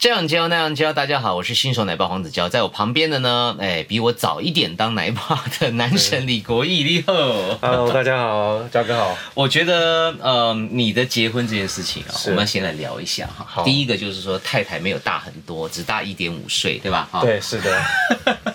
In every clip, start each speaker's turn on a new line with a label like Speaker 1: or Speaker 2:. Speaker 1: 这样教那样教，大家好，我是新手奶爸黄子佼，在我旁边的呢，哎，比我早一点当奶爸的男神李国义，你好。
Speaker 2: Hello，大家好，嘉哥好。
Speaker 1: 我觉得，呃，你的结婚这件事情啊、
Speaker 2: 是
Speaker 1: 我们要先来聊一下哈。
Speaker 2: 好
Speaker 1: 第一个就是说，太太没有大很多，只大一点五岁，对吧？哈，
Speaker 2: 对，是的，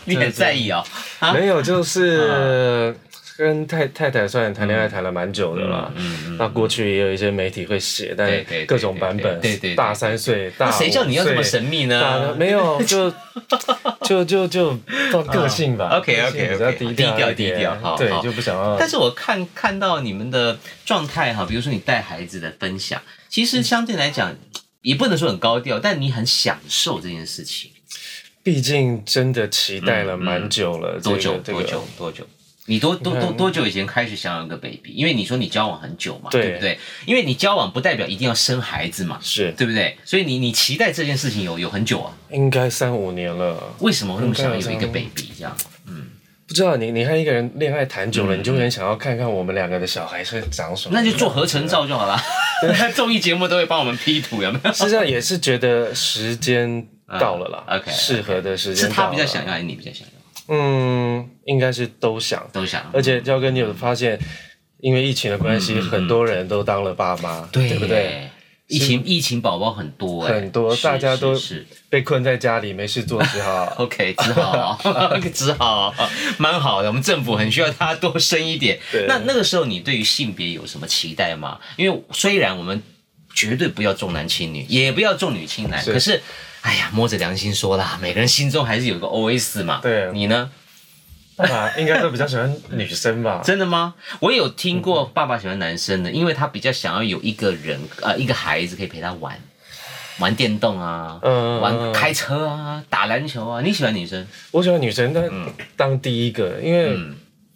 Speaker 1: 你很在意哦。啊
Speaker 2: 没有，就是跟太太太虽然谈恋爱谈了蛮久的啦，
Speaker 1: 嗯
Speaker 2: 那过去也有一些媒体会写，但
Speaker 1: 对对
Speaker 2: 各种版本，
Speaker 1: 对对对对
Speaker 2: 大三岁，大
Speaker 1: 那谁叫你要这么
Speaker 2: 五岁
Speaker 1: 神啊秘
Speaker 2: 大
Speaker 1: 呢？
Speaker 2: 没有，就 就就就到个性吧。
Speaker 1: 啊，OK，OK，OK，
Speaker 2: 个性比较低调
Speaker 1: 低调
Speaker 2: 一点
Speaker 1: 低调好
Speaker 2: 对
Speaker 1: 好，
Speaker 2: 就不想要
Speaker 1: 但。是我看看到你们的状态哈，比如说你带孩子的分享，其实相对来讲也不能说很高调，但你很享受这件事情。
Speaker 2: 毕竟真的期待了蛮久了，
Speaker 1: 嗯
Speaker 2: 这
Speaker 1: 多
Speaker 2: 个
Speaker 1: 久？
Speaker 2: 这
Speaker 1: 多
Speaker 2: 个
Speaker 1: 久？多久？你多多多多久以前开始想要一个 baby？因为你说你交往很久嘛，
Speaker 2: 对
Speaker 1: 不对？因为你交往不代表一定要生孩子嘛，
Speaker 2: 是
Speaker 1: 对不对？所以你你期待这件事情有有很久啊？
Speaker 2: 应该三五年了。
Speaker 1: 为什么会那么想要有一个
Speaker 2: 应该有
Speaker 1: baby 这样？
Speaker 2: 嗯不知道你你和一个人恋爱谈久了，你就很想要看看我们两个的小孩是长什么样子。
Speaker 1: 嗯那就做合成照就好了。 综艺节目都会帮我们 P 图，有没有？
Speaker 2: 实际上也是觉得时间到了啦、
Speaker 1: 嗯，OK，
Speaker 2: 适合的时
Speaker 1: 是
Speaker 2: 间
Speaker 1: 他
Speaker 2: 到了。
Speaker 1: 比较想要，还是你比较想要？
Speaker 2: 嗯，应该是都想。
Speaker 1: 都想要。啊
Speaker 2: 而且焦哥，你有发现，因为疫情的关
Speaker 1: 嗯
Speaker 2: 系，很多人都当了爸妈，对不对？？
Speaker 1: 疫情疫情宝宝很多哎、
Speaker 2: 很多
Speaker 1: 是
Speaker 2: 大家都
Speaker 1: 是是
Speaker 2: 被困在家里没事做， 只好
Speaker 1: OK，只 好只好蛮好的。我们政府很需要大家多生一点
Speaker 2: 对。
Speaker 1: 那那个时候你对于性别有什么期待吗？因为虽然我们绝对不要重男轻女，也不要重女轻男，
Speaker 2: 是
Speaker 1: 可是哎呀，摸着良心说啦，每个人心中还是有个 OS 嘛。
Speaker 2: 对
Speaker 1: 你呢？
Speaker 2: 爸爸啊应该都比较喜欢女生 吧？
Speaker 1: 真的吗？我有听过爸爸喜欢男生的，因为他比较想要有一个人，呃，一个孩子可以陪他玩，玩电动啊，
Speaker 2: 嗯
Speaker 1: 玩开车啊，打篮球啊。你喜欢女生？
Speaker 2: 我喜欢女生，但
Speaker 1: 嗯
Speaker 2: 当第一个，因为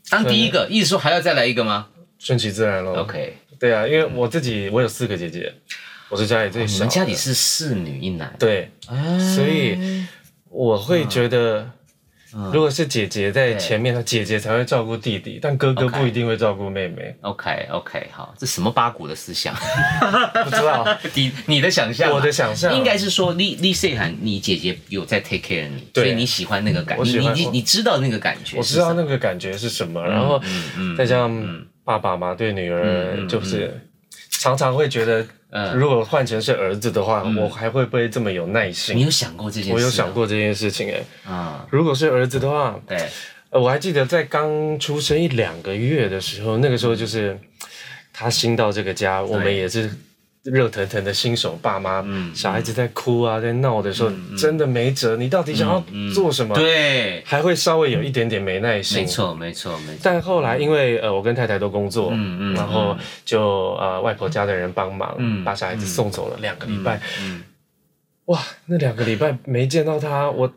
Speaker 1: 当第一个，意思说还要再来一个吗
Speaker 2: 顺其自然咯。
Speaker 1: ？OK，
Speaker 2: 对啊，因为我自己我有四个姐姐，我是家里最
Speaker 1: 嗯哦你
Speaker 2: 小的。
Speaker 1: 们家里是四女一男，
Speaker 2: 对，
Speaker 1: 啊
Speaker 2: 所以我会觉得，如果是姐姐在
Speaker 1: 嗯对
Speaker 2: 前面，她姐姐才会照顾弟弟，但哥哥
Speaker 1: OK
Speaker 2: 不一定会照顾妹妹。
Speaker 1: OK OK，好，这什么八股的思想？
Speaker 2: 不知道，
Speaker 1: 你你的想象啊、
Speaker 2: 我的想象
Speaker 1: 应该是说，丽丽穗涵，你姐姐有在 take care 你，所
Speaker 2: 对
Speaker 1: 以你喜欢那个感，
Speaker 2: 我
Speaker 1: 你
Speaker 2: 喜
Speaker 1: 你
Speaker 2: 欢
Speaker 1: 你
Speaker 2: 我
Speaker 1: 你知道那个感觉
Speaker 2: 我
Speaker 1: 是嗯
Speaker 2: 知
Speaker 1: 什么，
Speaker 2: 道那个感觉是什么，然后再加上
Speaker 1: 嗯
Speaker 2: 爸爸嘛，对女儿就是常常会觉得，
Speaker 1: 嗯
Speaker 2: 如果换成是儿子的话，我还会不会这么有耐
Speaker 1: 你啊
Speaker 2: 心？
Speaker 1: 有想过这件事、
Speaker 2: 我有想，过这件事情哎，
Speaker 1: 嗯，
Speaker 2: 如果是儿子的话，
Speaker 1: 对，
Speaker 2: 呃，我还记得在刚出生一两个月的时候，那个时候就是他新到这个家，我们也是热腾腾的新手爸妈，
Speaker 1: 嗯
Speaker 2: 小孩子在哭啊，在闹的时候，真的没辙，你到底想要做什
Speaker 1: 嗯
Speaker 2: 么？
Speaker 1: 对，嗯
Speaker 2: 还会稍微有一点点没耐心。
Speaker 1: 没。错，没错，没错。
Speaker 2: 但后来因为呃，我跟太太都工作，
Speaker 1: 嗯嗯
Speaker 2: 然后就呃外婆家的人帮忙，
Speaker 1: 嗯
Speaker 2: 把小孩子送走了两个礼拜。
Speaker 1: 嗯，
Speaker 2: 哇，那两个礼拜没见到他，我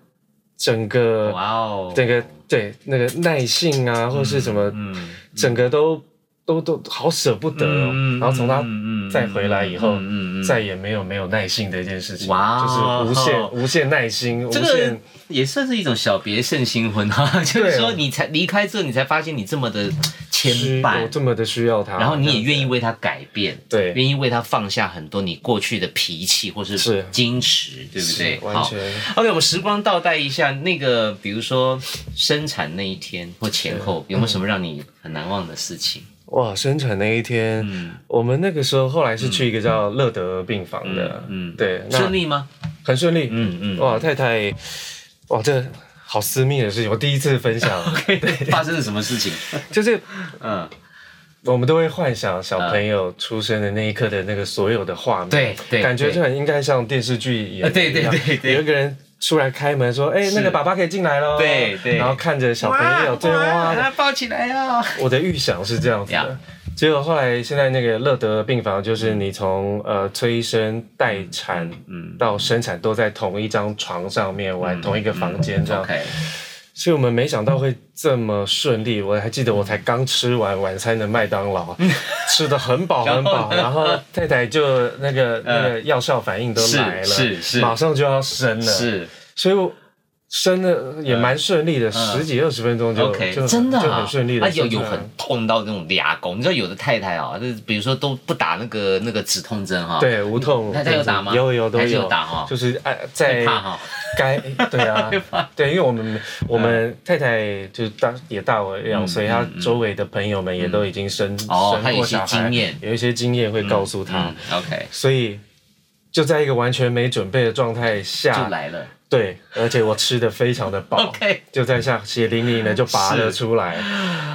Speaker 2: 整个
Speaker 1: 哇哦，
Speaker 2: 整个对那个耐性啊，或是什么，
Speaker 1: 嗯，
Speaker 2: 整个都都都好舍不得哦。
Speaker 1: 嗯
Speaker 2: 然后从他再回来以后，
Speaker 1: 嗯嗯嗯嗯嗯嗯嗯
Speaker 2: 再也没有没有耐性的一件事情，
Speaker 1: 哇哦
Speaker 2: 就是无限无限耐心，无
Speaker 1: 这个
Speaker 2: 限
Speaker 1: 也算是一种小别胜新婚哈， 就是
Speaker 2: 对
Speaker 1: 说
Speaker 2: 啊
Speaker 1: 你才离开之后，你才发现你这么的牵
Speaker 2: 需我
Speaker 1: 绊，
Speaker 2: 这么的需要他，
Speaker 1: 然后你
Speaker 2: 这
Speaker 1: 也
Speaker 2: 样
Speaker 1: 愿意为他改变，
Speaker 2: 对
Speaker 1: 愿意为他放下很多你过去的脾气或是
Speaker 2: 是
Speaker 1: 矜持，对不
Speaker 2: 是
Speaker 1: 对？
Speaker 2: 完
Speaker 1: 好
Speaker 2: 全
Speaker 1: OK，我们时光倒带一下，那个比如说生产那一天或前后，有没有什么让你很难忘的事情？
Speaker 2: 哇，生产那一天，
Speaker 1: 嗯
Speaker 2: 我们那个时候后来是去一个叫乐德病房的，
Speaker 1: 嗯嗯
Speaker 2: 对，那
Speaker 1: 顺利吗？
Speaker 2: 很顺利，
Speaker 1: 嗯嗯
Speaker 2: 哇，太太，哇，这好私密的事情，我第一次 分享，
Speaker 1: 发生了什么事情？
Speaker 2: 就是
Speaker 1: 嗯，
Speaker 2: 我们都会幻想小朋友出生的那一刻的那个所有的画面，
Speaker 1: 对对
Speaker 2: 感觉
Speaker 1: 对呃
Speaker 2: 就很应该像电视剧演的
Speaker 1: 对
Speaker 2: 一样
Speaker 1: 对对对
Speaker 2: 有一个人。出来开门说：“哎、那个爸爸可以进来喽。”
Speaker 1: 对对
Speaker 2: 然后看着小朋友，啊对哇，
Speaker 1: 哇，抱起来啊！
Speaker 2: 我的预想是这样子的
Speaker 1: 呀，
Speaker 2: 结果后来现在那个乐德病房就是你从呃催生、待产
Speaker 1: 嗯
Speaker 2: 到生产都在同一张床上面玩、同一个房间这样，
Speaker 1: 嗯，OK，
Speaker 2: 所以我们没想到会这么顺利。我还记得我才刚吃完晚餐的麦当劳，
Speaker 1: 嗯
Speaker 2: 吃的很饱很 饱，然后太太就那个那个药效反应都来了，
Speaker 1: 是是是
Speaker 2: 马上就要生了，
Speaker 1: 是
Speaker 2: 所以我生的也蛮顺利的，十几二十分钟
Speaker 1: 嗯
Speaker 2: 就
Speaker 1: OK，
Speaker 2: 就
Speaker 1: 真的
Speaker 2: 就
Speaker 1: 啊
Speaker 2: 很顺利的。
Speaker 1: 啊有
Speaker 2: 就
Speaker 1: 有
Speaker 2: 这样
Speaker 1: 很痛到那种俩拱，你知道有的太太啊，就是比如说都不打那个那个止痛针哈，，
Speaker 2: 对无痛，
Speaker 1: 太太有打吗
Speaker 2: 有有都
Speaker 1: 还是有打哈
Speaker 2: 就是哎在
Speaker 1: 怕哈，
Speaker 2: 该对 啊，对，因为我们我
Speaker 1: 嗯
Speaker 2: 们太太就大也大我两岁，她周围的朋友们也都已经生生
Speaker 1: 哦她有
Speaker 2: 过
Speaker 1: 一些
Speaker 2: 小孩
Speaker 1: 经验，
Speaker 2: 有一些经验会告诉她
Speaker 1: 嗯，OK，
Speaker 2: 所以就在一个完全没准备的状态
Speaker 1: 就
Speaker 2: 下，
Speaker 1: 来了
Speaker 2: 对，而且我吃的非常的饱。
Speaker 1: ，OK，
Speaker 2: 就在下血淋 淋的就拔了出来，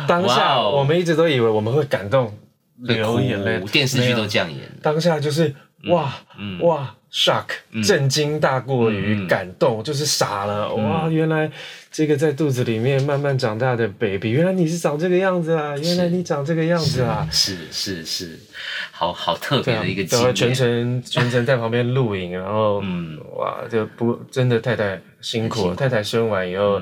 Speaker 2: 当
Speaker 1: 哇
Speaker 2: 下
Speaker 1: 哦
Speaker 2: 我们一直都以为我们会感动流眼泪
Speaker 1: 哭，电视剧
Speaker 2: 没
Speaker 1: 都
Speaker 2: 有
Speaker 1: 这样演的，
Speaker 2: 当下就是哇、
Speaker 1: 嗯
Speaker 2: 哇 shock，、震惊大过于感
Speaker 1: 嗯
Speaker 2: 动，就是傻了、哇！原来这个在肚子里面慢慢长大的 baby，原来你是长这个样子啊！原来你长这个样子啊！
Speaker 1: 是是是，好好特
Speaker 2: 对
Speaker 1: 别
Speaker 2: 啊
Speaker 1: 的一个，
Speaker 2: 然后
Speaker 1: 经
Speaker 2: 全
Speaker 1: 验，
Speaker 2: 程全程在旁边录影，然后嗯哇，就不真的太太辛苦了，太太生完以
Speaker 1: 嗯
Speaker 2: 后。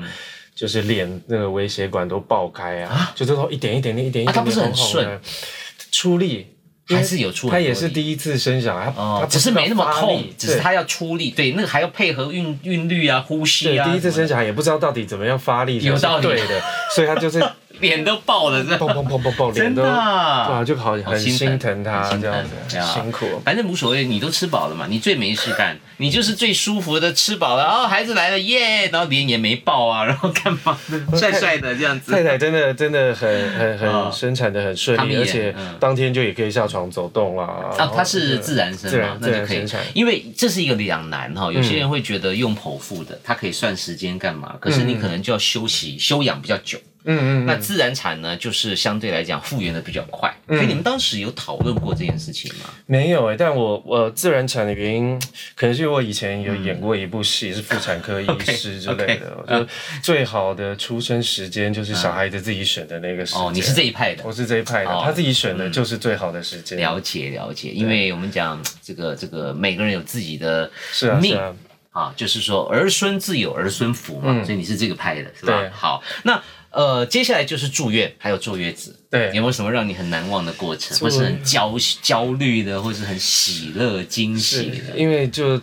Speaker 2: 就是脸那个微血管都爆开啊，就都一点一点点一点一
Speaker 1: 啊它
Speaker 2: 点
Speaker 1: 不是
Speaker 2: 点
Speaker 1: 很
Speaker 2: 红红的
Speaker 1: 顺，
Speaker 2: 出力因为
Speaker 1: 还是有出很多
Speaker 2: 他
Speaker 1: 力
Speaker 2: 也是第一次生小孩，他
Speaker 1: 哦
Speaker 2: 他，
Speaker 1: 只是没那么
Speaker 2: 不知道发
Speaker 1: 痛
Speaker 2: 力，
Speaker 1: 只是
Speaker 2: 对
Speaker 1: 他要出力，对，那个还要配合韵韵律啊、呼吸
Speaker 2: 对，
Speaker 1: 啊，
Speaker 2: 第一次生小孩也不知道到底怎么样发力才
Speaker 1: 有道理
Speaker 2: 是对的，所以他 就是
Speaker 1: 什么的脸都爆了，这
Speaker 2: 砰砰砰砰砰，
Speaker 1: 真
Speaker 2: 脸都
Speaker 1: 的
Speaker 2: 对
Speaker 1: 啊。
Speaker 2: 啊，就
Speaker 1: 好
Speaker 2: 好很
Speaker 1: 心疼
Speaker 2: 心疼他
Speaker 1: 很心疼
Speaker 2: 这样子，
Speaker 1: 对啊
Speaker 2: 辛苦。
Speaker 1: 反正无所谓，你都吃饱了嘛，你最没事干，你就是最舒服的，吃饱了，哦，孩子来了耶，然后脸也没爆啊， 然后干 嘛的，帅帅的这样子
Speaker 2: 太，太真的真的很很
Speaker 1: 啊
Speaker 2: 很生产的很顺
Speaker 1: 他们
Speaker 2: 利，
Speaker 1: 也
Speaker 2: 而且
Speaker 1: 嗯
Speaker 2: 当天就也可以下床走动啦。然
Speaker 1: 啊，
Speaker 2: 后
Speaker 1: 它是自然生
Speaker 2: 自
Speaker 1: 嘛
Speaker 2: 然，
Speaker 1: 那就可
Speaker 2: 自
Speaker 1: 以
Speaker 2: 然生产，嗯
Speaker 1: 因为这是一个两难哈。有些人会觉得用剖腹的，它可以算时间干嘛？可是你可能就要休息休养比较久。
Speaker 2: 嗯嗯嗯
Speaker 1: 那自然产呢，就是相对来讲复原的比较快。
Speaker 2: 嗯
Speaker 1: 所以你们当时有讨论过这件事情吗？
Speaker 2: 没有哎、但我我自然产的原因，可能是因为我以前有演过一部戏、是妇产科医
Speaker 1: 嗯
Speaker 2: 师之类的
Speaker 1: OK，OK，
Speaker 2: 我觉得最好的出生时间就是小孩子自己选的那个时间。
Speaker 1: 哦，你是这一派的
Speaker 2: 我。是这一派的，
Speaker 1: 哦
Speaker 2: 他自己选的就是最好的时间。
Speaker 1: 了解了解，因为我们讲这个这个每个人有自己的
Speaker 2: 是啊，
Speaker 1: 命
Speaker 2: 是啊，
Speaker 1: 啊，就是说儿孙自有儿孙福嘛，所以你是这个派的是吧
Speaker 2: 嗯对？
Speaker 1: 好，那呃，接下来就是住院，还有坐月子，
Speaker 2: 对
Speaker 1: 有没有什么让你很难忘的过程，
Speaker 2: 住
Speaker 1: 或是很焦焦虑的，或是很喜乐惊喜
Speaker 2: 是
Speaker 1: 的？嗯
Speaker 2: 因为就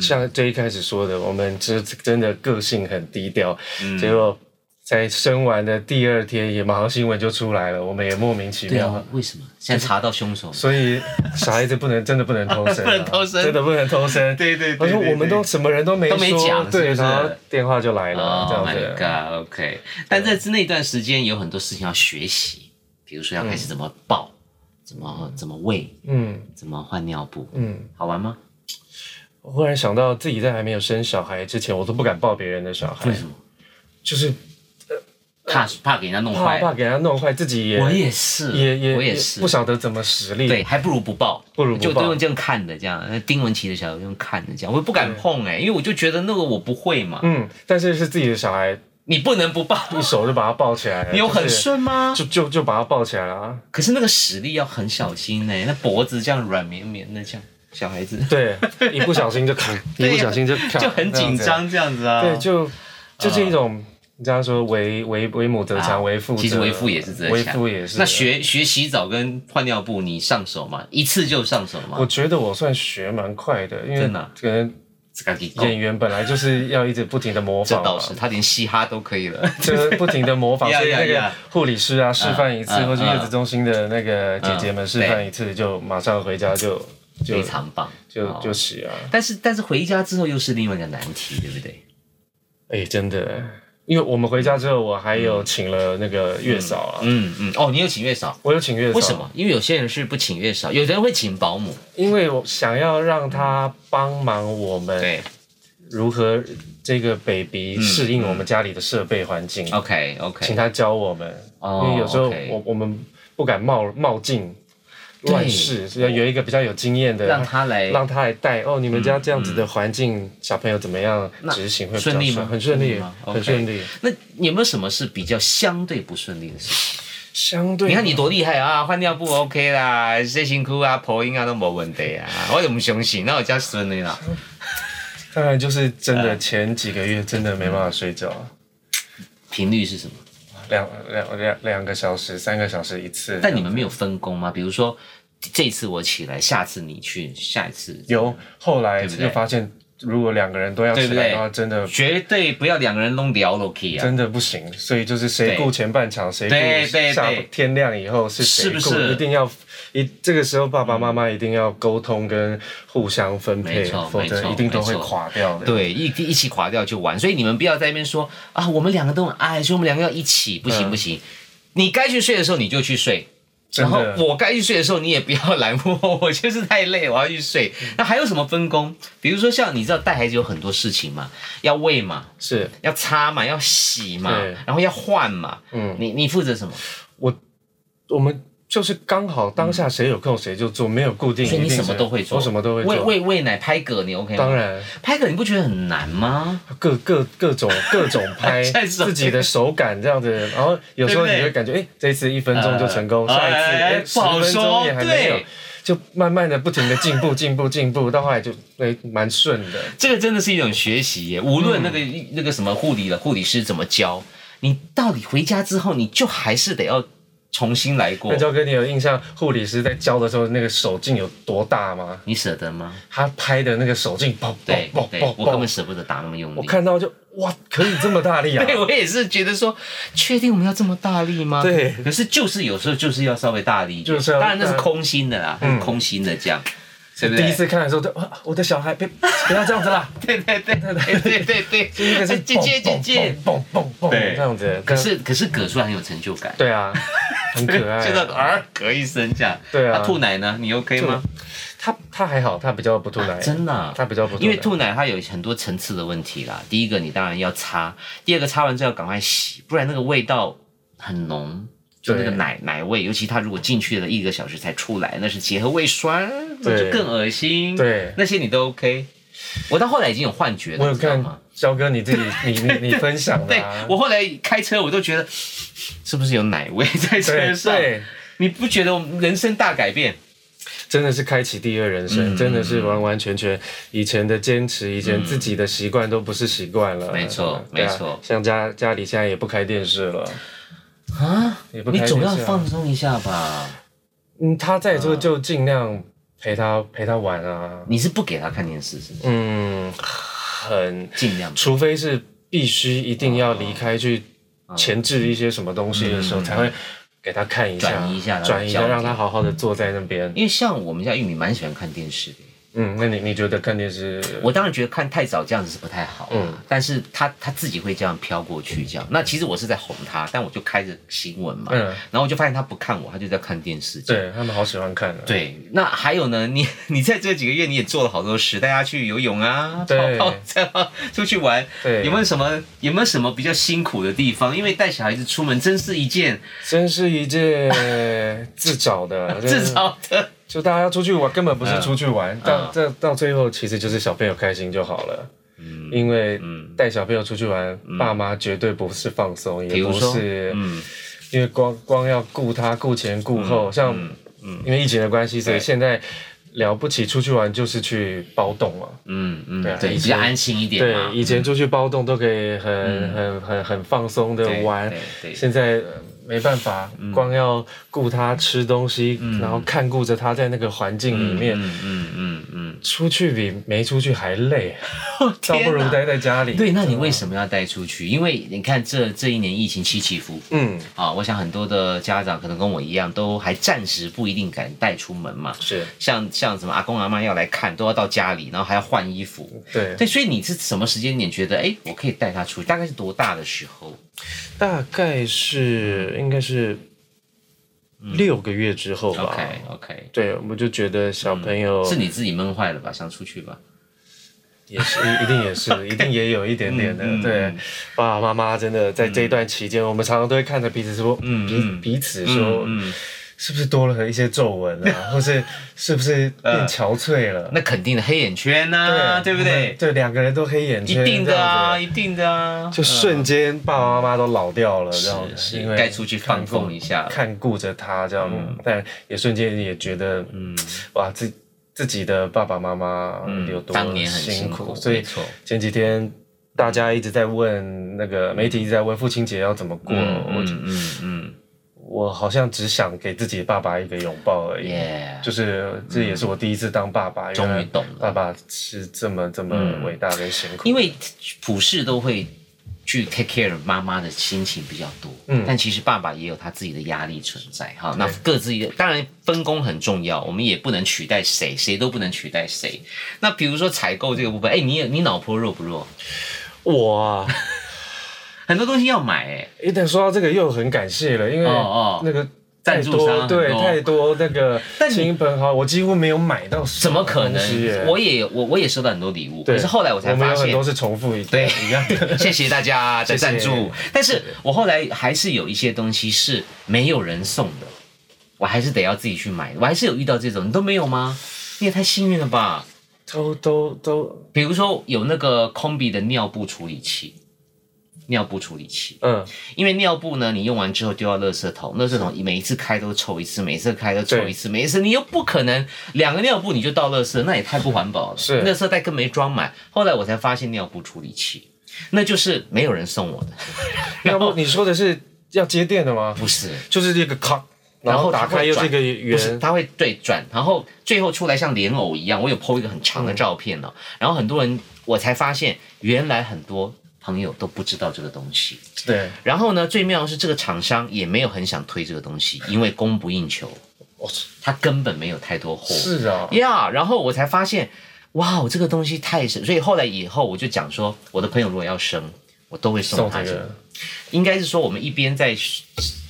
Speaker 2: 像最一开始说的，我们就真的个性很低调，
Speaker 1: 嗯
Speaker 2: 结果在生完的第二天也马上新闻就出来了，我们也莫名其
Speaker 1: 对
Speaker 2: 妙。
Speaker 1: 啊，为什么现在查到凶手？
Speaker 2: 所以小孩子不能真的不 能偷生
Speaker 1: 不
Speaker 2: 啊，
Speaker 1: 能偷生
Speaker 2: 真的不能偷生。
Speaker 1: 对对对
Speaker 2: 我说
Speaker 1: 对对
Speaker 2: 我们都什么人都没
Speaker 1: 都没
Speaker 2: 说
Speaker 1: 讲是
Speaker 2: 对，
Speaker 1: 不是
Speaker 2: 然后电话就来了，
Speaker 1: Oh
Speaker 2: 这
Speaker 1: my
Speaker 2: 样子。
Speaker 1: god，OK、但在那段时间有很多事情要学习，比如说要开始怎么抱，怎么怎么喂，
Speaker 2: 嗯
Speaker 1: 怎么换尿布，
Speaker 2: 嗯，
Speaker 1: 好玩吗？
Speaker 2: 我忽然想到自己在还没有生小孩之前，我都不敢抱别人的小孩
Speaker 1: 为，什么？
Speaker 2: 就是
Speaker 1: 怕怕给人家弄
Speaker 2: 怕
Speaker 1: 坏。
Speaker 2: 怕给他弄坏，自己也
Speaker 1: 我也是，
Speaker 2: 也也
Speaker 1: 我也
Speaker 2: 也
Speaker 1: 是，
Speaker 2: 不晓得怎么实力。
Speaker 1: 对，还不如不报，
Speaker 2: 不如不
Speaker 1: 就
Speaker 2: 报
Speaker 1: 都用这样看的，这样那丁文琪的小孩用看的这样，我也不敢碰哎、因为我就觉得那个我不会嘛，
Speaker 2: 嗯，但是是自己的小孩，
Speaker 1: 你不能 不报，
Speaker 2: 一手就把他抱起来了，
Speaker 1: 你有
Speaker 2: 就是
Speaker 1: 很顺吗？
Speaker 2: 就就就把他抱起来了啊。
Speaker 1: 可是那个实力要很小心哎、那脖子这样软绵绵的这样，小孩 子
Speaker 2: 对，一不小心就咔，一不小心就咔
Speaker 1: 就很紧。
Speaker 2: 这样子
Speaker 1: 张这样子啊，
Speaker 2: 对，就就是一种你这样说，为为为母则强，为父则
Speaker 1: 啊其实为父也是这啊样，
Speaker 2: 为父也是。
Speaker 1: 那学学洗澡跟换尿布，你上手嘛，一次就上手嘛
Speaker 2: 我，觉得我算学蛮快的，因为
Speaker 1: 真的啊
Speaker 2: 可能
Speaker 1: 这个给够
Speaker 2: 演员本来就是要一直不停的模
Speaker 1: 这
Speaker 2: 仿
Speaker 1: 倒
Speaker 2: 嘛。
Speaker 1: 是，他连嘻哈都可以了。
Speaker 2: 就是不停的模 仿，
Speaker 1: 呀
Speaker 2: 所以那
Speaker 1: 呀
Speaker 2: 个
Speaker 1: 呀
Speaker 2: 护理师啊示范一次，
Speaker 1: 嗯
Speaker 2: 或者
Speaker 1: 嗯
Speaker 2: 月子中心的那个姐姐们
Speaker 1: 嗯
Speaker 2: 示范一次，就马上回家就 就
Speaker 1: 非常棒，
Speaker 2: 就
Speaker 1: 哦
Speaker 2: 就洗啊。
Speaker 1: 但是但是回家之后又是另外一个难题，对不对？
Speaker 2: 哎，真的，因为我们回家之后，我还有请了那个月嫂啊，
Speaker 1: 嗯嗯，哦，你有请月嫂，
Speaker 2: 我有请月嫂，啊
Speaker 1: 为什？么？因为有些人是不请月嫂，有的人会请保姆，
Speaker 2: 因为我想要让她帮忙我们
Speaker 1: 对嗯
Speaker 2: 如何这个 baby 适应我们家里的设备环境，
Speaker 1: ，OK
Speaker 2: 请
Speaker 1: OK，
Speaker 2: 他教我们，
Speaker 1: 哦
Speaker 2: 因为有时候
Speaker 1: OK
Speaker 2: 我我们不敢冒冒进
Speaker 1: 对
Speaker 2: 乱试，要有一个比较有经验的，
Speaker 1: 让他来
Speaker 2: 让他来带哦，你们家这样子的环境，小朋友怎么样执行会比较
Speaker 1: 顺利吗
Speaker 2: 很顺
Speaker 1: 顺利
Speaker 2: 利
Speaker 1: 吗，
Speaker 2: 很顺利。
Speaker 1: 那有没有什么是比较相对不顺利的事情？
Speaker 2: 相对
Speaker 1: 你看你多厉害啊，换尿布 OK 啦，谁辛苦啊，婆音啊都没问题啊，我怎么相信？那我家孙女啦，
Speaker 2: 当然就是真
Speaker 1: 嗯
Speaker 2: 的前几个月真的没办法睡觉啊，
Speaker 1: 频率是什么？
Speaker 2: 两两两两个小时、三个小时一次。
Speaker 1: 但你们没有分工吗？比如说这次我起来，下次你去，下一次
Speaker 2: 有后来
Speaker 1: 对不对
Speaker 2: 就发现如果两个人都要
Speaker 1: 对
Speaker 2: 起
Speaker 1: 不
Speaker 2: 来
Speaker 1: 对
Speaker 2: 的话，真的
Speaker 1: 绝对不要两个人弄聊 l o k 啊，
Speaker 2: 真的不行。所以就是谁
Speaker 1: 对
Speaker 2: 顾前半场，谁
Speaker 1: 对对
Speaker 2: 顾下
Speaker 1: 对
Speaker 2: 天亮以后是谁
Speaker 1: 是不
Speaker 2: 顾，
Speaker 1: 是嗯
Speaker 2: 一定要一这个时候爸爸妈妈一定要沟通跟互相分
Speaker 1: 没
Speaker 2: 配
Speaker 1: 错，
Speaker 2: 否则
Speaker 1: 没错
Speaker 2: 一定都会
Speaker 1: 没错
Speaker 2: 垮掉的。
Speaker 1: 对，一一起垮掉就完。所以你们不要在那边说啊，我们两个都很爱，所以我们两个要一起，不行
Speaker 2: 嗯
Speaker 1: 不行。你该去睡的时候你就去睡，
Speaker 2: 真
Speaker 1: 然后
Speaker 2: 的
Speaker 1: 我该去睡的时候你也不要 拦我，我就是太累，我要去睡。
Speaker 2: 嗯
Speaker 1: 那还有什么分工？比如说像你知道带孩子有很多事情嘛，要喂嘛，
Speaker 2: 是
Speaker 1: 要擦嘛，要洗嘛
Speaker 2: 对，
Speaker 1: 然后要换嘛。
Speaker 2: 嗯
Speaker 1: 你你负责什么？
Speaker 2: 我们。就是刚好当下谁有空谁就做，没有固定。
Speaker 1: 嗯所以
Speaker 2: 一
Speaker 1: 你
Speaker 2: 定
Speaker 1: 什么
Speaker 2: 是
Speaker 1: 都会做，
Speaker 2: 我什么都会
Speaker 1: 喂
Speaker 2: 做。
Speaker 1: 喂喂奶、拍嗝，你 OK 吗？
Speaker 2: 当然，
Speaker 1: 拍嗝你不觉得很难吗？
Speaker 2: 各各各种各 种拍
Speaker 1: 现在手
Speaker 2: 自己的手感这样子，然后有时候你
Speaker 1: 对不对
Speaker 2: 会感觉，哎，这一次一分钟就成功，
Speaker 1: 呃
Speaker 2: 下一次
Speaker 1: 哎哎哎
Speaker 2: 哎十
Speaker 1: 不好
Speaker 2: 分钟
Speaker 1: 说
Speaker 2: 也还没有
Speaker 1: 对，
Speaker 2: 就慢慢的不停的进步进步进步，到后来就哎蛮顺的，
Speaker 1: 这个真的是一种学习耶，无论那个、那个什么护理的护理师怎么教，你到底回家之后，你就还是得要重新来过
Speaker 2: 那。焦哥，你有印象护理师在教的时候那个手劲有多大吗？
Speaker 1: 你舍得吗？
Speaker 2: 他拍的那个手劲，爆爆
Speaker 1: 对
Speaker 2: 爆
Speaker 1: 对
Speaker 2: 爆，
Speaker 1: 我根
Speaker 2: 爆
Speaker 1: 本，舍不得打那么用力。
Speaker 2: 我看到就哇，可以这么大力 啊！
Speaker 1: 对，我也是觉得说，确定我们要这么大力吗？
Speaker 2: 对
Speaker 1: 可是就是有时候就是要稍微大力一点，
Speaker 2: 就是要
Speaker 1: 当然那是空心的啦，
Speaker 2: 嗯
Speaker 1: 空心的这样，对不对？
Speaker 2: 第一次看的时候就啊，我的小孩别不要这样子啦，
Speaker 1: 对对对对对对对，
Speaker 2: 就那个 是
Speaker 1: 姐姐姐姐。，
Speaker 2: 蹦蹦蹦
Speaker 1: 对
Speaker 2: 这样子，
Speaker 1: 可是可是嗝出来很有成就感，
Speaker 2: 对 啊，很可爱。
Speaker 1: 就那种啊嗝一声这样。
Speaker 2: 对啊
Speaker 1: 那吐奶呢？你 OK 吗？
Speaker 2: 他他还好，他比较不吐奶，
Speaker 1: 真的啊、
Speaker 2: 他比较不吐奶，
Speaker 1: 因为吐奶它有很多层次的问题啦。第一个，你当然要擦；第二个，擦完之后要赶快洗，不然那个味道很浓，就那
Speaker 2: 对
Speaker 1: 个奶奶味。尤其它如果进去了一个小时才出来，那是结合胃酸，那就
Speaker 2: 对
Speaker 1: 更恶心。
Speaker 2: 对
Speaker 1: 那些你都 OK。我到后来已经有幻觉
Speaker 2: 我
Speaker 1: 了，
Speaker 2: 有
Speaker 1: 你知道
Speaker 2: 看
Speaker 1: 吗？
Speaker 2: 肖哥 你自己你你你分享的
Speaker 1: 对
Speaker 2: 啊，
Speaker 1: 我后来开车，我都觉得是不是有奶味在车
Speaker 2: 对
Speaker 1: 上？
Speaker 2: 对，
Speaker 1: 你不觉得我们人生大改变？
Speaker 2: 真的是开启第二人
Speaker 1: 嗯
Speaker 2: 生，真的是完完全全以前的坚持，以前自己的习惯都不是习惯了，
Speaker 1: 没错
Speaker 2: 对啊
Speaker 1: 没错
Speaker 2: 像家家里现在也不开电视了，
Speaker 1: 啊，
Speaker 2: 也不
Speaker 1: 你
Speaker 2: 开
Speaker 1: 总
Speaker 2: 电
Speaker 1: 要
Speaker 2: 视啊
Speaker 1: 放啊松一下吧。
Speaker 2: 嗯，他在做就尽量陪他陪他玩啊，
Speaker 1: 你是不给他看电视是吗？
Speaker 2: 嗯，很
Speaker 1: 尽量
Speaker 2: 除非是必须一定要离开去
Speaker 1: 啊
Speaker 2: 前置一些什么东西的时候，才会给他看一下，
Speaker 1: 转移一下让他
Speaker 2: 转移一
Speaker 1: 焦
Speaker 2: 下，
Speaker 1: 点
Speaker 2: 让他好好的坐在那边。
Speaker 1: 因为像我们家玉米蛮喜欢看电视的，
Speaker 2: 嗯，那你你觉得看电视？
Speaker 1: 我当然觉得看太早这样子是不太好，嗯，但是他他自己会这样飘过去这样。那其实我是在哄他，但我就开着新闻嘛，
Speaker 2: 嗯
Speaker 1: 然后我就发现他不看我，他就在看电视。
Speaker 2: 对他们好喜欢看、啊。
Speaker 1: 对，那还有呢？你你在这几个月你也做了好多事，带他去游泳啊，
Speaker 2: 对
Speaker 1: 跑跑这样出去玩，
Speaker 2: 对
Speaker 1: 有没有什么有没有什么比较辛苦的地方？因为带小孩子出门真是一件
Speaker 2: 真是一件自 找的，
Speaker 1: 至
Speaker 2: 真是
Speaker 1: 少的，
Speaker 2: 就大家出去玩，根本不是出去玩，到
Speaker 1: 嗯
Speaker 2: 这到最后其实就是小朋友开心就好了。
Speaker 1: 嗯
Speaker 2: 因为带小朋友出去玩，爸妈绝对不是放松，
Speaker 1: 比
Speaker 2: 也
Speaker 1: 如
Speaker 2: 不
Speaker 1: 说
Speaker 2: 是
Speaker 1: 嗯，
Speaker 2: 因为光光要顾他顾前顾后，像、
Speaker 1: 嗯
Speaker 2: 因为疫情的关系，所以现在了不起出去玩就是去包栋嘛。
Speaker 1: 嗯嗯，
Speaker 2: 对啊
Speaker 1: 对，
Speaker 2: 以
Speaker 1: 比
Speaker 2: 前
Speaker 1: 较安心一点
Speaker 2: 对
Speaker 1: 嘛，。
Speaker 2: 以前出去包栋都可以很、很很很放松的
Speaker 1: 对
Speaker 2: 玩
Speaker 1: 嗯对，对嗯
Speaker 2: 现在呃没办法，光要顾他吃东西，然后看顾着他在那个环境里面，
Speaker 1: 嗯嗯嗯嗯
Speaker 2: 出去比没出去还累，
Speaker 1: 嗯，
Speaker 2: 倒不如
Speaker 1: 天哪
Speaker 2: 待在家里。
Speaker 1: 对，那你为什么要带出去？因为你看这这一年疫情起起伏伏
Speaker 2: 嗯
Speaker 1: 啊，我想很多的家长可能跟我一样，都还暂时不一定敢带出门嘛。
Speaker 2: 是
Speaker 1: 像像什么阿公阿妈要来看，都要到家里，然后还要换衣服。
Speaker 2: 对，
Speaker 1: 对，所以你是什么时间点觉得，哎，我可以带他出去？大概是多大的时候？
Speaker 2: 大概是应该是六个月之后吧。
Speaker 1: 嗯 OK OK，
Speaker 2: 对，我就觉得小朋友
Speaker 1: 嗯是你自己闷坏了吧？想出去吧？
Speaker 2: 也是，一定 也是，一定也有一点点的。
Speaker 1: 嗯嗯
Speaker 2: 对
Speaker 1: 嗯，
Speaker 2: 爸爸妈妈真的在这一段期间，我们常常都会看着彼此说，
Speaker 1: 嗯嗯
Speaker 2: 彼彼此说，
Speaker 1: 嗯，嗯
Speaker 2: 是不是多了一些皱纹啊， 或是是不是变憔悴了？
Speaker 1: 呃那肯定的，黑眼圈呐、对不
Speaker 2: 我
Speaker 1: 对
Speaker 2: 们？对，两个人都黑眼
Speaker 1: 一
Speaker 2: 圈，
Speaker 1: 定的啊，
Speaker 2: 这样子，
Speaker 1: 一定的啊，
Speaker 2: 就瞬间爸爸妈妈都老掉了，这样
Speaker 1: 是
Speaker 2: 子，
Speaker 1: 是
Speaker 2: 因为
Speaker 1: 该出去放
Speaker 2: 看顾
Speaker 1: 风一下了
Speaker 2: 看顾着他这样，
Speaker 1: 嗯
Speaker 2: 但也瞬间也觉得，嗯，哇，自自己的爸爸妈妈有多
Speaker 1: 嗯当年很辛
Speaker 2: 辛
Speaker 1: 苦
Speaker 2: 所
Speaker 1: 没
Speaker 2: 以
Speaker 1: 错
Speaker 2: 前几天大家一直在问那个媒体一直在问父亲节要怎么过，
Speaker 1: 嗯
Speaker 2: 我
Speaker 1: 嗯嗯嗯，
Speaker 2: 我好像只想给自己的爸爸一个拥抱而已。
Speaker 1: 耶、
Speaker 2: 就是这也是我第一次当爸爸，原
Speaker 1: 终
Speaker 2: 来
Speaker 1: 于懂了。
Speaker 2: 爸爸是这么这么伟大跟辛苦。
Speaker 1: 因为普世都会去 take care 妈妈的心情比较多，嗯，但其实爸爸也有他自己的压力存在哈。那各自一个当然分工很重要，我们也不能取代谁，谁都不能取代谁。那比如说采购这个部分，哎，你有你脑波弱不弱？
Speaker 2: 我啊，
Speaker 1: 很多东西要买哎、
Speaker 2: 一旦说到这个又很感谢了，因为
Speaker 1: 哦哦
Speaker 2: 那个
Speaker 1: 赞
Speaker 2: 太
Speaker 1: 助
Speaker 2: 多
Speaker 1: 商
Speaker 2: 对
Speaker 1: 很多
Speaker 2: 太多那个
Speaker 1: 但你
Speaker 2: 亲朋好友，我几乎没有买到什
Speaker 1: 怎么可
Speaker 2: 东西耶
Speaker 1: 能？我也我我也收到很多礼物，
Speaker 2: 对
Speaker 1: 可是后来我才
Speaker 2: 我们
Speaker 1: 发
Speaker 2: 有很
Speaker 1: 现
Speaker 2: 多，是重复一
Speaker 1: 对。
Speaker 2: 一 样的
Speaker 1: 谢谢大家的
Speaker 2: 谢谢
Speaker 1: 赞助。但是我后来还是有一些东西是没有人送的，我还是得要自己去买。我还是有遇到这种，你都没有吗？你也太幸运了吧！
Speaker 2: 都都都，
Speaker 1: 比如说有那个空比的尿布处理器，尿布处理器，
Speaker 2: 嗯，
Speaker 1: 因为尿布呢，你用完之后丢到垃圾桶，垃圾桶每一次开都抽一次，每一次开都抽一次，每一次你又不可能两个尿布你就倒垃圾，那也太不环保了。
Speaker 2: 是
Speaker 1: 垃圾袋更没装满。后来我才发现尿布处理器，那就是没有人送我的，
Speaker 2: 要不你说的是要接电的吗？
Speaker 1: 不是，
Speaker 2: 就是这个咔，然
Speaker 1: 然后
Speaker 2: 后
Speaker 1: 它
Speaker 2: 打
Speaker 1: 会
Speaker 2: 开又是一个
Speaker 1: 不是，
Speaker 2: 圆，
Speaker 1: 它会对转，然后最后出来像莲藕一样。我有 PO 一个很长的照片哦，然后很多人我才发现，原来很多朋友都不知道这个东西。
Speaker 2: 对，
Speaker 1: 然后呢，最妙的是这个厂商也没有很想推这个东西，因为供不应求，
Speaker 2: 哦
Speaker 1: 他根本没有太多货。
Speaker 2: 是啊，
Speaker 1: 呀然后我才发现，哇，这个东西太神，所以后来以后我就讲说，我的朋友如果要生，我都会送
Speaker 2: 送
Speaker 1: 他
Speaker 2: 这
Speaker 1: 这个
Speaker 2: 个。
Speaker 1: 应该是说我们一边在，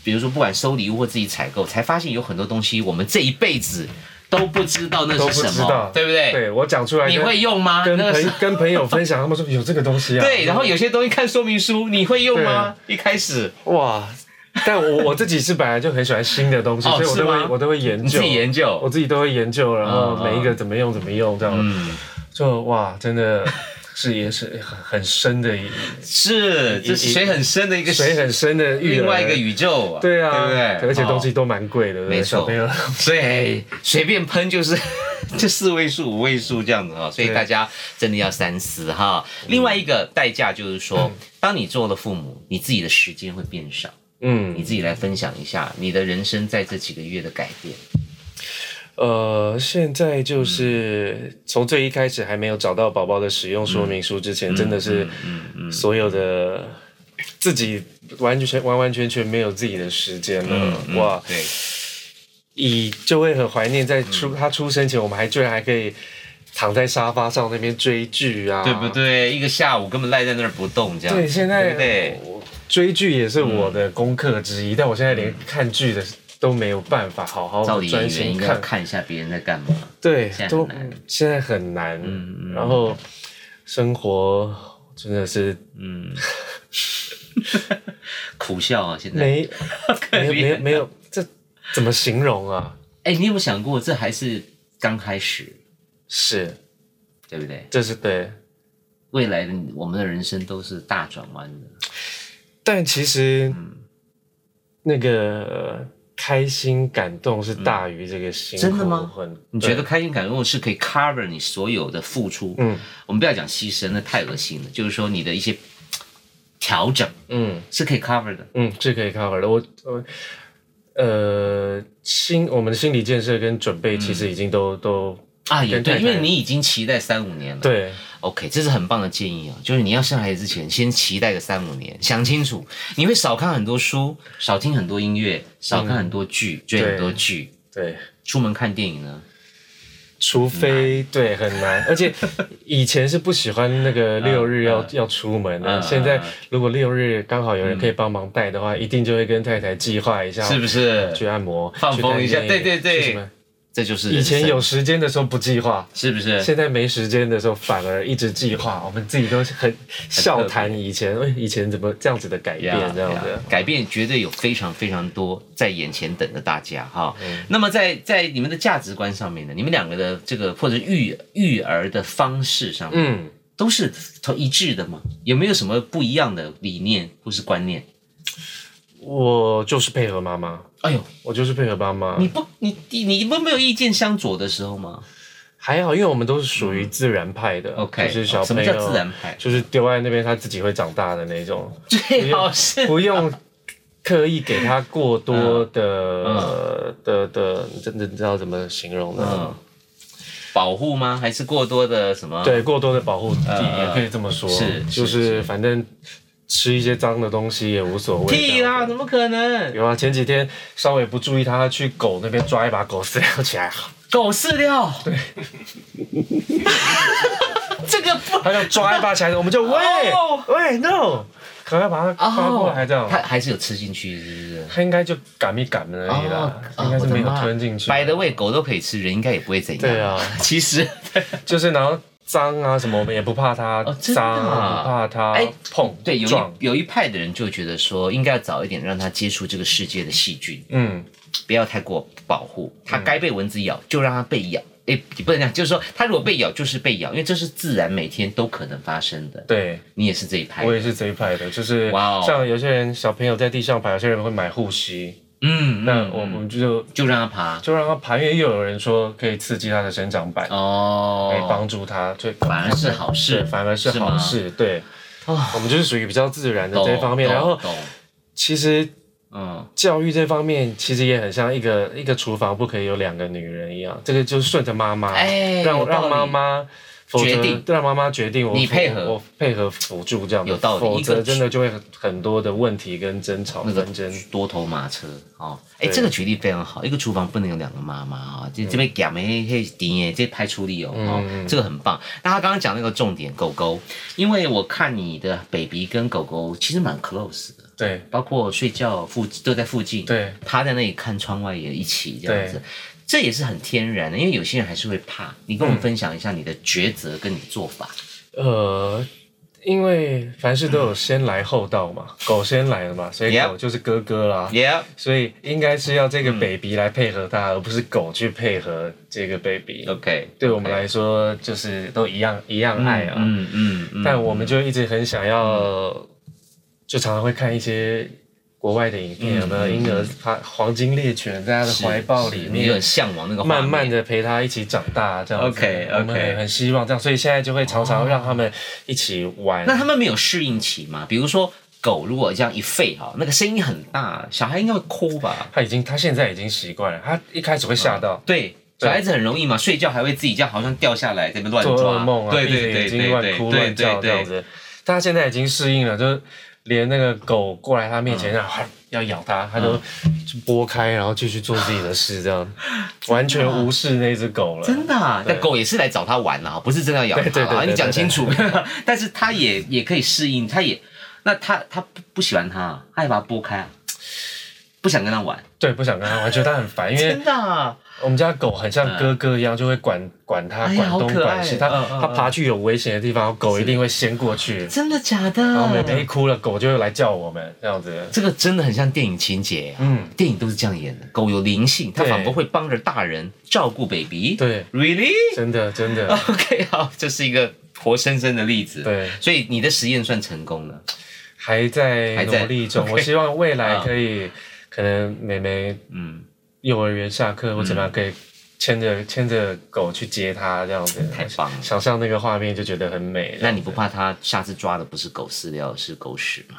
Speaker 1: 比如说不管收礼物或自己采购，才发现有很多东西我们这一辈子都不知道那
Speaker 2: 都
Speaker 1: 是
Speaker 2: 不
Speaker 1: 什
Speaker 2: 知道
Speaker 1: 么，，对不对？
Speaker 2: 对我讲出来
Speaker 1: 哎你
Speaker 2: 跟
Speaker 1: 会用吗？
Speaker 2: 跟
Speaker 1: 那个是
Speaker 2: 朋跟朋友分享，他们说有这个东西啊，
Speaker 1: 对，然后有些东西看说明书，你会用吗？一开始
Speaker 2: 哇！但我我自己是本来就很喜欢新的东西，
Speaker 1: 哦
Speaker 2: 所以我
Speaker 1: 是
Speaker 2: 都
Speaker 1: 吗
Speaker 2: 会我都会研
Speaker 1: 你
Speaker 2: 究，
Speaker 1: 自己研究
Speaker 2: 我，自己都会研究，然后每一个怎么用怎么用这样，
Speaker 1: 嗯，
Speaker 2: 就哇，真的是也是很很深的一
Speaker 1: 是 这是水很深的一个
Speaker 2: 水很深的育儿，
Speaker 1: 另外一个宇宙啊，
Speaker 2: 对啊，
Speaker 1: 对不对？
Speaker 2: 而且东
Speaker 1: 哦
Speaker 2: 西都蛮贵的，对不对
Speaker 1: 没错
Speaker 2: 小朋友
Speaker 1: 所以随便喷就是 就四位数、五位数这样子哈、啊所以大家真的要三思哈。另外一个代价就是说，当你做了父母，你自己的时间会变少。
Speaker 2: 嗯
Speaker 1: 你自己来分享一下你的人生在这几个月的改变。
Speaker 2: 呃，现在就是
Speaker 1: 嗯
Speaker 2: 从最一开始还没有找到宝宝的使用说明书之
Speaker 1: 嗯
Speaker 2: 前，真的是所有的自己完全完完全全没有自己的时间
Speaker 1: 嗯
Speaker 2: 了，嗯哇！
Speaker 1: 对，
Speaker 2: 以就会很怀念在
Speaker 1: 嗯
Speaker 2: 出、他出生前，我们还居然还可以躺在沙发上那边追剧啊，
Speaker 1: 对不？对？一个下午根本赖在那儿不动，这样
Speaker 2: 对，现在
Speaker 1: 对不嗯对？
Speaker 2: 我追剧也是我的功课之一，但我现在连看剧的都没有办法好好
Speaker 1: 照
Speaker 2: 地
Speaker 1: 理演
Speaker 2: 专
Speaker 1: 员
Speaker 2: 心
Speaker 1: 应该要
Speaker 2: 看
Speaker 1: 看一下别人在干嘛。
Speaker 2: 对
Speaker 1: 现在，
Speaker 2: 都
Speaker 1: 很难嗯
Speaker 2: 现在很难。然后生活真的是
Speaker 1: 嗯， 苦笑啊！现在
Speaker 2: 没
Speaker 1: 可
Speaker 2: 没有没
Speaker 1: 怜
Speaker 2: 有没有，这怎么形容啊？
Speaker 1: 哎，你有没有想过，这还是刚开始，
Speaker 2: 是，
Speaker 1: 对不对？
Speaker 2: 这是对。
Speaker 1: 未来的我们的人生都是大转弯的。
Speaker 2: 但其实、
Speaker 1: 嗯
Speaker 2: 那个开心感动是大于这个辛
Speaker 1: 嗯
Speaker 2: 苦。
Speaker 1: 真的吗
Speaker 2: 很？
Speaker 1: 你觉得开心感动是可以 cover 你所有的付出？
Speaker 2: 嗯，
Speaker 1: 我们不要讲牺牲，那太恶心了。就是说你的一些嘖调整
Speaker 2: 嗯。
Speaker 1: 是可以 cover 的。
Speaker 2: 嗯，这可以 cover 的。我我呃，心我们的心理建设跟准备
Speaker 1: 嗯
Speaker 2: 其实已经都、都
Speaker 1: 啊，也
Speaker 2: 跟太
Speaker 1: 对，
Speaker 2: 太
Speaker 1: 因为你已经期待三五年了。
Speaker 2: 对，
Speaker 1: OK，这是很棒的建议啊，就是你要生孩子之前，先期待个三五年，想清楚，你会少看很多书，少听很多音乐，少看很多剧，追很多剧，
Speaker 2: 嗯对，
Speaker 1: 出门看电影呢。
Speaker 2: 除非对很难，而且以前是不喜欢那个六日要、要出门的，
Speaker 1: 嗯
Speaker 2: 现在
Speaker 1: 嗯
Speaker 2: 如果六日刚好有人可以帮忙带的话，一定就会跟太太计划一下，
Speaker 1: 是不是
Speaker 2: 去按摩、
Speaker 1: 放
Speaker 2: 去
Speaker 1: 风
Speaker 2: 看
Speaker 1: 一下
Speaker 2: 电影
Speaker 1: 对对对
Speaker 2: 去什么
Speaker 1: 这就是
Speaker 2: 以
Speaker 1: 人生
Speaker 2: 前有时间的时候不计划，
Speaker 1: 是不是？
Speaker 2: 现在没时间的时候，反而一直计划，我们自己都很笑谈以前，哎，以前怎么这样子的改变
Speaker 1: Yeah，
Speaker 2: 这样子
Speaker 1: yeah，改变绝对有非常非常多在眼前等着大家哈。
Speaker 2: 嗯
Speaker 1: 那么在在你们的价值观上面呢，你们两个的这个或者育育儿的方式上面，
Speaker 2: 嗯，
Speaker 1: 都是同一致的吗？有没有什么不一样的理念或是观念？
Speaker 2: 我就是配合妈妈，
Speaker 1: 哎呦，
Speaker 2: 我就是配合妈妈
Speaker 1: 你。不你你你不没有意见相左的时候吗
Speaker 2: 还好，因为我们都是属于自然派的
Speaker 1: 嗯？OK，哦
Speaker 2: 就是小
Speaker 1: 什
Speaker 2: 朋
Speaker 1: 么
Speaker 2: 友，
Speaker 1: 叫自然派？
Speaker 2: 就是丢在那边他自己会长大的那种，
Speaker 1: 最好是
Speaker 2: 不用刻意给他过
Speaker 1: 嗯
Speaker 2: 多的、呃的的，真的知道怎么形容呢？
Speaker 1: 嗯，保护吗？还是过多的什么？，
Speaker 2: 对，过多的保护地
Speaker 1: 呃
Speaker 2: 也可以这么说，
Speaker 1: 是
Speaker 2: 就是是反正吃一些脏的东西也无所谓。
Speaker 1: 屁
Speaker 2: 这样
Speaker 1: 啦，怎么可能？
Speaker 2: 有啊，前几天稍微不注意，他去狗那边抓一把狗饲料起来，
Speaker 1: 狗饲料，对，这个不
Speaker 2: 他就抓一把起来，我们就喂
Speaker 1: 哦
Speaker 2: 喂 no，赶快把它抓过来这样。啊
Speaker 1: 他哦还是有吃进去，是不是？
Speaker 2: 他应该就赶一赶而已啦，应该是没有吞进去。
Speaker 1: 哦白的喂狗都可以吃，人应该也不会怎样。
Speaker 2: 对啊，
Speaker 1: 其实，
Speaker 2: 就是然后脏啊什么，我们也不怕它
Speaker 1: 哦真的
Speaker 2: 脏，
Speaker 1: 啊
Speaker 2: 不怕它
Speaker 1: 哎
Speaker 2: 碰
Speaker 1: 对有
Speaker 2: 撞
Speaker 1: 一。有一派的人就觉得说，应该要早一点让它接触这个世界的细菌，
Speaker 2: 嗯，
Speaker 1: 不要太过保护它，该被蚊子咬就让它被咬。哎，也不能这样，就是说，它如果被咬就是被咬，因为这是自然每天都可能发生的。
Speaker 2: 对，
Speaker 1: 你也是这一派
Speaker 2: 我
Speaker 1: 的，
Speaker 2: 也是这一派的，就是
Speaker 1: 哇哦
Speaker 2: 像有些人小朋友在地上爬，有些人会买护膝，
Speaker 1: 嗯，
Speaker 2: 那
Speaker 1: 嗯
Speaker 2: 我们就
Speaker 1: 就让它爬。
Speaker 2: 就让它爬，因为又有人说可以刺激它的生长板，可以
Speaker 1: 哦，
Speaker 2: 哎帮助它，就
Speaker 1: 反而是好
Speaker 2: 对
Speaker 1: 事，
Speaker 2: 反而是
Speaker 1: 吗
Speaker 2: 好。事，对。
Speaker 1: 哦
Speaker 2: 我们就是属于比较自然的
Speaker 1: 懂
Speaker 2: 这方面，
Speaker 1: 懂
Speaker 2: 然后啊
Speaker 1: 懂
Speaker 2: 其实
Speaker 1: 嗯，
Speaker 2: 教育这方面其实也很像一个一个厨房不可以有两个女人一样，这个就顺着妈妈，
Speaker 1: 哎
Speaker 2: 让
Speaker 1: 有道
Speaker 2: 让
Speaker 1: 理
Speaker 2: 妈妈否则
Speaker 1: 决定
Speaker 2: 让妈妈决定我
Speaker 1: 你
Speaker 2: 辅
Speaker 1: 配合
Speaker 2: 我配合辅助这样子
Speaker 1: 有道理
Speaker 2: 否
Speaker 1: 一
Speaker 2: 则
Speaker 1: 个
Speaker 2: 真的就会很很多的问题跟争吵
Speaker 1: 那个
Speaker 2: 纷争。
Speaker 1: 多头马车哦，哎，
Speaker 2: 哦对
Speaker 1: 这个举例非常好，一个厨房不能有两个妈妈啊，这这边讲没黑顶耶，这拍出力哦，
Speaker 2: 嗯
Speaker 1: 哦，这个很棒。那他刚刚讲那个重点，狗狗，因为我看你的 baby 跟狗狗其实蛮 close 的，
Speaker 2: 对
Speaker 1: 包括睡觉附都在附近，
Speaker 2: 对
Speaker 1: 趴在那里看窗外也一起这样子
Speaker 2: 对，
Speaker 1: 这也是很天然的，因为有些人还是会怕。你跟我们分享一下你的抉择跟你的做法。
Speaker 2: 呃，因为凡事都有先来后 到嘛，狗先来了嘛，所以
Speaker 1: Yep 嗯
Speaker 2: 狗就是哥哥啦。
Speaker 1: Yeah，
Speaker 2: 所以应该是要这个 baby 来配合它，而不是狗去配合这个 baby。
Speaker 1: OK，
Speaker 2: 对我们来说，就是都一样一样爱啊。
Speaker 1: 嗯嗯嗯，
Speaker 2: 但我们就一直很想要，就常常会看一些国外的影片，有没有婴儿他黄金猎犬在他的
Speaker 1: 嗯是
Speaker 2: 怀抱里
Speaker 1: 是你有
Speaker 2: 面
Speaker 1: 很，向往那个画
Speaker 2: 慢
Speaker 1: 面
Speaker 2: 慢的陪他一起长大这样子。
Speaker 1: OK，OK
Speaker 2: 我们很很希望这样，所以现在就会常常让他们一起玩。
Speaker 1: 哦那他们没有适应期吗？比如说狗如果这样一吠哈，那个声音很大，小孩应该会哭吧？
Speaker 2: 他已经，他现在已经习惯了，他一开始会吓到。
Speaker 1: 对。
Speaker 2: 对
Speaker 1: 小孩子很容易嘛，睡觉还会自己这样，好像掉下来在那边乱
Speaker 2: 做噩
Speaker 1: 抓，
Speaker 2: 梦啊，
Speaker 1: 对
Speaker 2: 闭着
Speaker 1: 对对对
Speaker 2: 眼睛乱
Speaker 1: 对
Speaker 2: 哭
Speaker 1: 对
Speaker 2: 乱叫
Speaker 1: 对
Speaker 2: 这
Speaker 1: 对，
Speaker 2: 样子。但他现在已经适应了，就是连那个狗过来他面
Speaker 1: 嗯
Speaker 2: 前，然后要咬他，他都就拨开，然后继续做自己的事，这样 完全无视那只狗了。
Speaker 1: 真的、啊，
Speaker 2: 对
Speaker 1: 那狗也是来找他玩啊啦，不是真的要咬
Speaker 2: 对对
Speaker 1: 他
Speaker 2: 对
Speaker 1: 啦。
Speaker 2: 对
Speaker 1: 你
Speaker 2: 对
Speaker 1: 讲
Speaker 2: 对
Speaker 1: 清楚， 但是他也也可以适应，他也，那他他不不喜欢他啊，他也把它拨开啊，不想跟他玩，
Speaker 2: 对，不想跟他玩，觉得他很烦，因为
Speaker 1: 真的啊，
Speaker 2: 我们家狗很像哥哥一样，就会管管他
Speaker 1: 哎，呀
Speaker 2: 管
Speaker 1: 好
Speaker 2: 东
Speaker 1: 可爱
Speaker 2: 管西。它
Speaker 1: 嗯嗯
Speaker 2: 它
Speaker 1: 嗯
Speaker 2: 爬去有危险的地方，狗一定会先过去。
Speaker 1: 真的假的？
Speaker 2: 然后妹妹一哭了，狗就会来叫我们，这样子。
Speaker 1: 这个真的很像电影情节、嗯
Speaker 2: 嗯，
Speaker 1: 电影都是这样演的。狗有灵性，它
Speaker 2: 对
Speaker 1: 仿佛会帮着大人照顾 baby。
Speaker 2: 对，
Speaker 1: ，really？OK，、
Speaker 2: 真的 真的，
Speaker 1: 好，这是一个活生生的例子。，
Speaker 2: 对。
Speaker 1: 所以你的实验算成功了。
Speaker 2: 还在
Speaker 1: 还在
Speaker 2: 努力中。
Speaker 1: OK 啊
Speaker 2: 我希望未来可以，可能妹妹
Speaker 1: 嗯，
Speaker 2: 幼儿园下课或怎么样，可以牵着牵着狗去接她这样子。
Speaker 1: 太棒了
Speaker 2: 想象那个画面就觉得很美。
Speaker 1: 那你不怕它下次抓的不是狗饲料，是狗屎吗？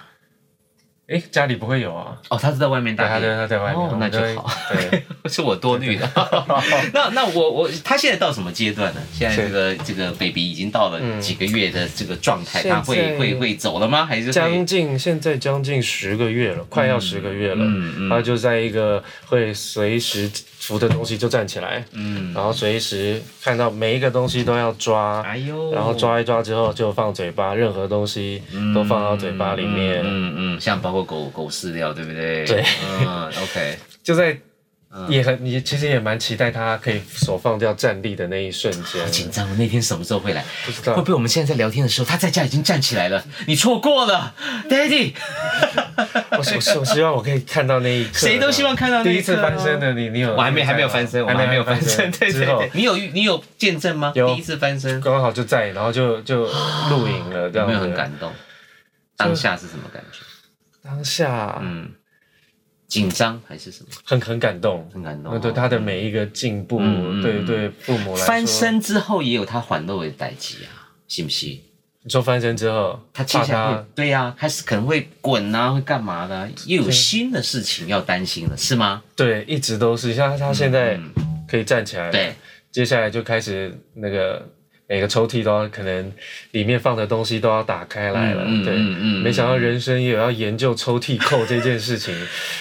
Speaker 2: 哎，家里不会有啊？
Speaker 1: 哦，它是在外面
Speaker 2: 对，
Speaker 1: 大
Speaker 2: 他在
Speaker 1: 便。
Speaker 2: 他在外面，
Speaker 1: 哦
Speaker 2: 我
Speaker 1: 那
Speaker 2: 们
Speaker 1: 就
Speaker 2: 会
Speaker 1: 好。
Speaker 2: 对，
Speaker 1: 是我多虑了。 那那我我它现在到什么阶段呢？现在
Speaker 2: 是
Speaker 1: 这个这个 baby 已经到了几个月的这个状态，
Speaker 2: 现在
Speaker 1: 它会会会走了吗？还是会
Speaker 2: 将近现在将近十个月了，快要十个月了
Speaker 1: 嗯嗯。
Speaker 2: 他就在一个会随时扶着东西就站起来，
Speaker 1: 嗯？
Speaker 2: 然后随时看到每一个东西都要抓。
Speaker 1: 哎呦，
Speaker 2: 然后抓一抓之后就放嘴巴，任何东西都放到嘴巴里面。
Speaker 1: 嗯嗯，像包括狗狗饲料，对不对？
Speaker 2: 对，
Speaker 1: 嗯，OK，
Speaker 2: 就在
Speaker 1: 嗯
Speaker 2: 也很也其实也蛮期待他可以手放掉站立的那一瞬间
Speaker 1: 好。紧张，我那天什么时候会来？
Speaker 2: 不知
Speaker 1: 会
Speaker 2: 道
Speaker 1: 不会我们现在在聊天的时候，他在家已经站起来了？你错过了，Daddy。
Speaker 2: 我我希我希望我可以看到那一刻。
Speaker 1: 谁都希望看到那
Speaker 2: 第
Speaker 1: 一
Speaker 2: 一
Speaker 1: 刻
Speaker 2: 次
Speaker 1: 啊
Speaker 2: 翻身的你，你有？
Speaker 1: 我还没还没有翻身，我们还没有翻身，对对
Speaker 2: 之后
Speaker 1: 对。你有你有见证吗？
Speaker 2: 有
Speaker 1: 第一次翻身，有
Speaker 2: 刚好就在，然后就就录影了，这样
Speaker 1: 没有
Speaker 2: 子。
Speaker 1: 很感动？当下是什么感觉？
Speaker 2: 当下
Speaker 1: 嗯，紧张还是什么？
Speaker 2: 很很感动，
Speaker 1: 很感动
Speaker 2: 那对
Speaker 1: 哦
Speaker 2: 他的每一个进步
Speaker 1: 嗯嗯，
Speaker 2: 对
Speaker 1: 嗯
Speaker 2: 对父母来说
Speaker 1: 翻身之后也有他缓漏的代际啊，信不信？
Speaker 2: 你说翻身之后，
Speaker 1: 他接下来
Speaker 2: 爸
Speaker 1: 会对呀、开始可能会滚啊，会干嘛的啊、又有新的事情要担心了，是吗？
Speaker 2: 对，一直都是像他现在可以站起来，
Speaker 1: 嗯对，
Speaker 2: 接下来就开始那个每个抽屉都要可能里面放的东西都要打开来了，
Speaker 1: 嗯嗯
Speaker 2: 对，
Speaker 1: 嗯嗯
Speaker 2: 没想到人生也有要研究抽屉扣这件 事情